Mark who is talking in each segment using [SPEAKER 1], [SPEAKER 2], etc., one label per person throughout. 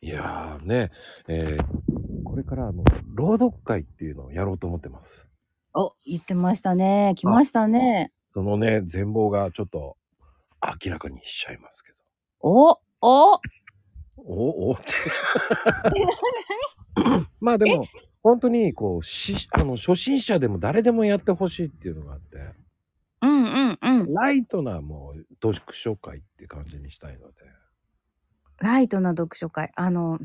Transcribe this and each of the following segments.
[SPEAKER 1] いやーね、えーこれからあの、朗読会っていうのをやろうと思ってます。
[SPEAKER 2] お、言ってましたね。来ましたね。
[SPEAKER 1] そのね、全貌がちょっと明らかにしちゃいますけど。
[SPEAKER 2] お、お、
[SPEAKER 1] おおって。 まあでも、本当にこう、し、あの、初心者でも誰でもやってほしいっていうのがあって、
[SPEAKER 2] うんうんうん。
[SPEAKER 1] ライトなもう、読書会って感じにしたいので。
[SPEAKER 2] ライトな読書会。あの、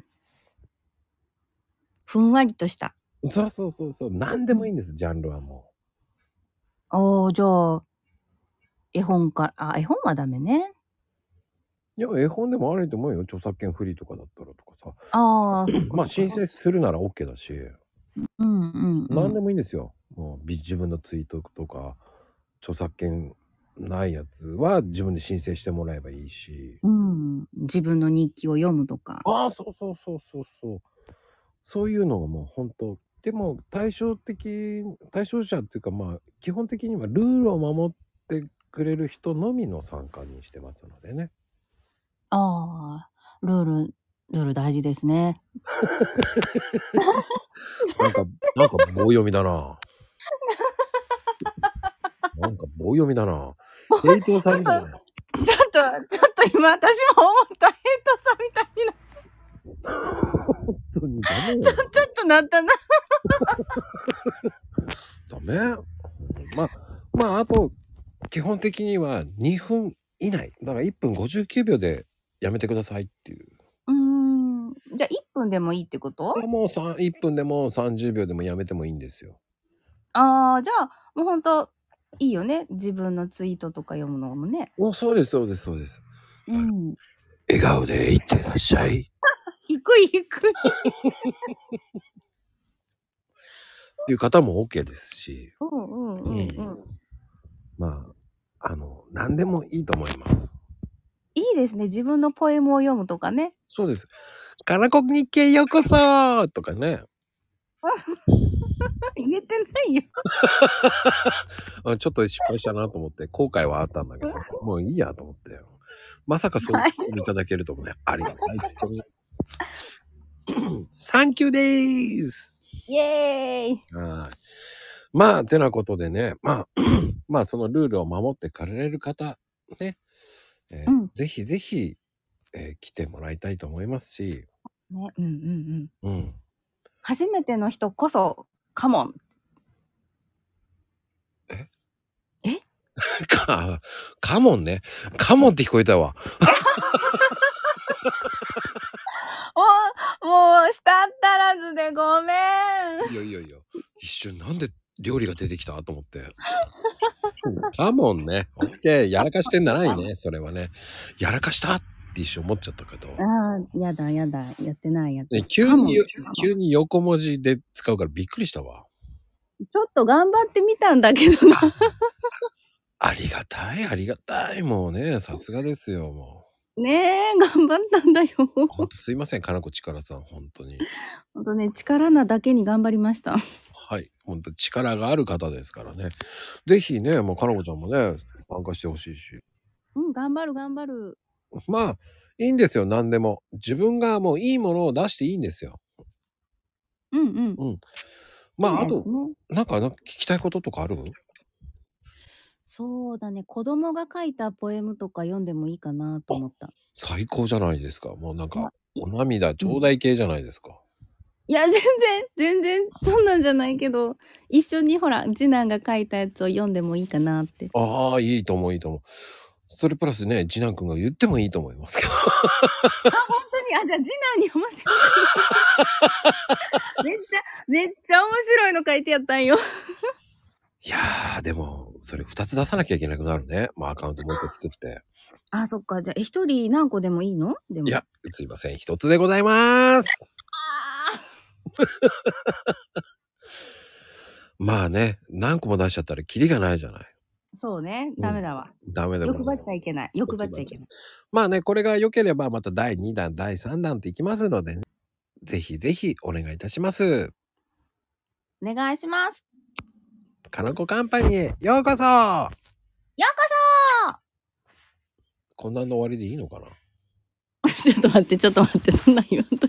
[SPEAKER 2] ふんわりとした。
[SPEAKER 1] そうそうそうそう、何でもいいんです、ジャンルはも
[SPEAKER 2] おー、じゃあ、絵本か、あ、絵本はダメね。
[SPEAKER 1] う。いや、絵本でもあると思うよ。著作権フリーとかだったらとかさ。
[SPEAKER 2] ああ、そっか
[SPEAKER 1] まあ、申請するなら OK だし、
[SPEAKER 2] うんうん、うん。
[SPEAKER 1] 何でもいいんですよ。もうび自分のツイートとか、著作権ないやつは自分で申請してもらえばいいし。
[SPEAKER 2] うん、自分の日記を読むとか。
[SPEAKER 1] ああ、そうそうそうそうそう。そういうのがもう本当。でも対象的、対象者っていうかまあ、基本的にはルールを守ってくれる人のみの参加にしてますのでね。
[SPEAKER 2] ああ、ルール、ルール大事ですね。
[SPEAKER 1] なんか、なんか棒読みだな。なんか棒読みだ な。平等さんみたいな。
[SPEAKER 2] ちょっと、ちょっと今私も思ったヘイトさんみたいにな
[SPEAKER 1] 本当にダメよ。
[SPEAKER 2] ちょっとなったな。
[SPEAKER 1] ダメまあ、まあ、あと、基本的には2分以内。だから1分59秒でやめてくださいっていう。
[SPEAKER 2] うーん、じゃあ1分でもいいってこと
[SPEAKER 1] もうさん1分でも30秒でもやめてもいいんですよ。
[SPEAKER 2] ああ、じゃあもうほんといいよね。自分のツイートとか読むのもね。
[SPEAKER 1] お、そうです、そうです、そうです。
[SPEAKER 2] うん。
[SPEAKER 1] 笑顔でいってらっしゃい。
[SPEAKER 2] 低い低い。
[SPEAKER 1] っていう方も OK ですし。
[SPEAKER 2] うんうんうんうん。
[SPEAKER 1] まあ、あの、何でもいいと思います。
[SPEAKER 2] いいですね。自分のポエムを読むとかね。
[SPEAKER 1] そうです。かなこ日記へようこそとかね。
[SPEAKER 2] 言えてないよ。
[SPEAKER 1] あちょっと失敗したなと思って、後悔はあったんだけど、もういいやと思って。まさかそういうこといただけるとも ね、ありがたいですよね。サンキューでーす
[SPEAKER 2] イエーイ。
[SPEAKER 1] はい。まあ、てなことでね、まあ、 まあ、そのルールを守ってかれる方、ね、えー
[SPEAKER 2] うん
[SPEAKER 1] ぜひぜひ、えー来てもらいたいと思いますし、
[SPEAKER 2] ね、うんうんう
[SPEAKER 1] う
[SPEAKER 2] ん。
[SPEAKER 1] ん。
[SPEAKER 2] 初めての人こそ、カモン。
[SPEAKER 1] か、カモンね。カモンって聞こえたわ。
[SPEAKER 2] おもう、したったらずでごめん。
[SPEAKER 1] いやいやいや、一瞬なんで料理が出てきたと思って。カモンね。オッケー、やらかしてんじゃないね、それはね。やらかしたって一瞬思っちゃったけど。
[SPEAKER 2] ああ、やだやだ。やってないやって
[SPEAKER 1] ね
[SPEAKER 2] ない。
[SPEAKER 1] 急
[SPEAKER 2] カモン
[SPEAKER 1] に、急に横文字で使うからびっくりしたわ。
[SPEAKER 2] ちょっと頑張ってみたんだけ どな。
[SPEAKER 1] ありがたい、ありがたい。もうね、さすがですよ、も
[SPEAKER 2] ねえ、頑張ったんだよ。
[SPEAKER 1] う。ほんとすいません、かなこちからさん、本当に。
[SPEAKER 2] ほんとね、力なだけに頑張りました。
[SPEAKER 1] はい。本当力がある方ですからね。ぜひね、もうかなこちゃんもね、参加してほしいし。
[SPEAKER 2] うん、頑張る頑張る。
[SPEAKER 1] まあ、いいんですよ、何でも。自分がもういいものを出していいんですよ。
[SPEAKER 2] うんうん。
[SPEAKER 1] まあ、あ
[SPEAKER 2] そ
[SPEAKER 1] と
[SPEAKER 2] うです、ね
[SPEAKER 1] なんか、なんか聞きたいこととかある
[SPEAKER 2] そうだね、子供が書いたポエムとか読んでもいいかなと思った。
[SPEAKER 1] 最高じゃないですか。もうなん
[SPEAKER 2] ま
[SPEAKER 1] か、お涙ちょうだい系じゃないですか。
[SPEAKER 2] いや、全然、全然、そんなんじゃないけど、一緒にほら、次男が書いたやつを読んでもいいかなって。
[SPEAKER 1] ああ、いいと思う、いいと思う。それプラスね、次男くんが言ってもいいと思いますけど。
[SPEAKER 2] 本当に、あ、じゃあ次男に読ませよう めっちゃ、めっちゃ面白いの書いてやったんよ。
[SPEAKER 1] いやー、でも、それ2つ出さなきゃいけなくなるね。まあ、アカウントもう一個作って。
[SPEAKER 2] あ、そっか。じゃあ、一人何個でもいいのでも。
[SPEAKER 1] いや、すいません、1つでございます。
[SPEAKER 2] あー。
[SPEAKER 1] まあね、何個も出しちゃったらキリがないじゃない。
[SPEAKER 2] そうね。ダメだわ。
[SPEAKER 1] ダメだ
[SPEAKER 2] 欲張っちゃ
[SPEAKER 1] い
[SPEAKER 2] いけない。欲張っちゃいけない。
[SPEAKER 1] まあね、これが良ければまた第2弾、第3弾っていきますのでね。ぜひぜひお願いいたします。
[SPEAKER 2] お願いします。
[SPEAKER 1] かなこカンパニーへようこそ
[SPEAKER 2] よう
[SPEAKER 1] こんなの終わりでいいのかな
[SPEAKER 2] こそちょっと待って、ちょっと待って、そんなん言わんと。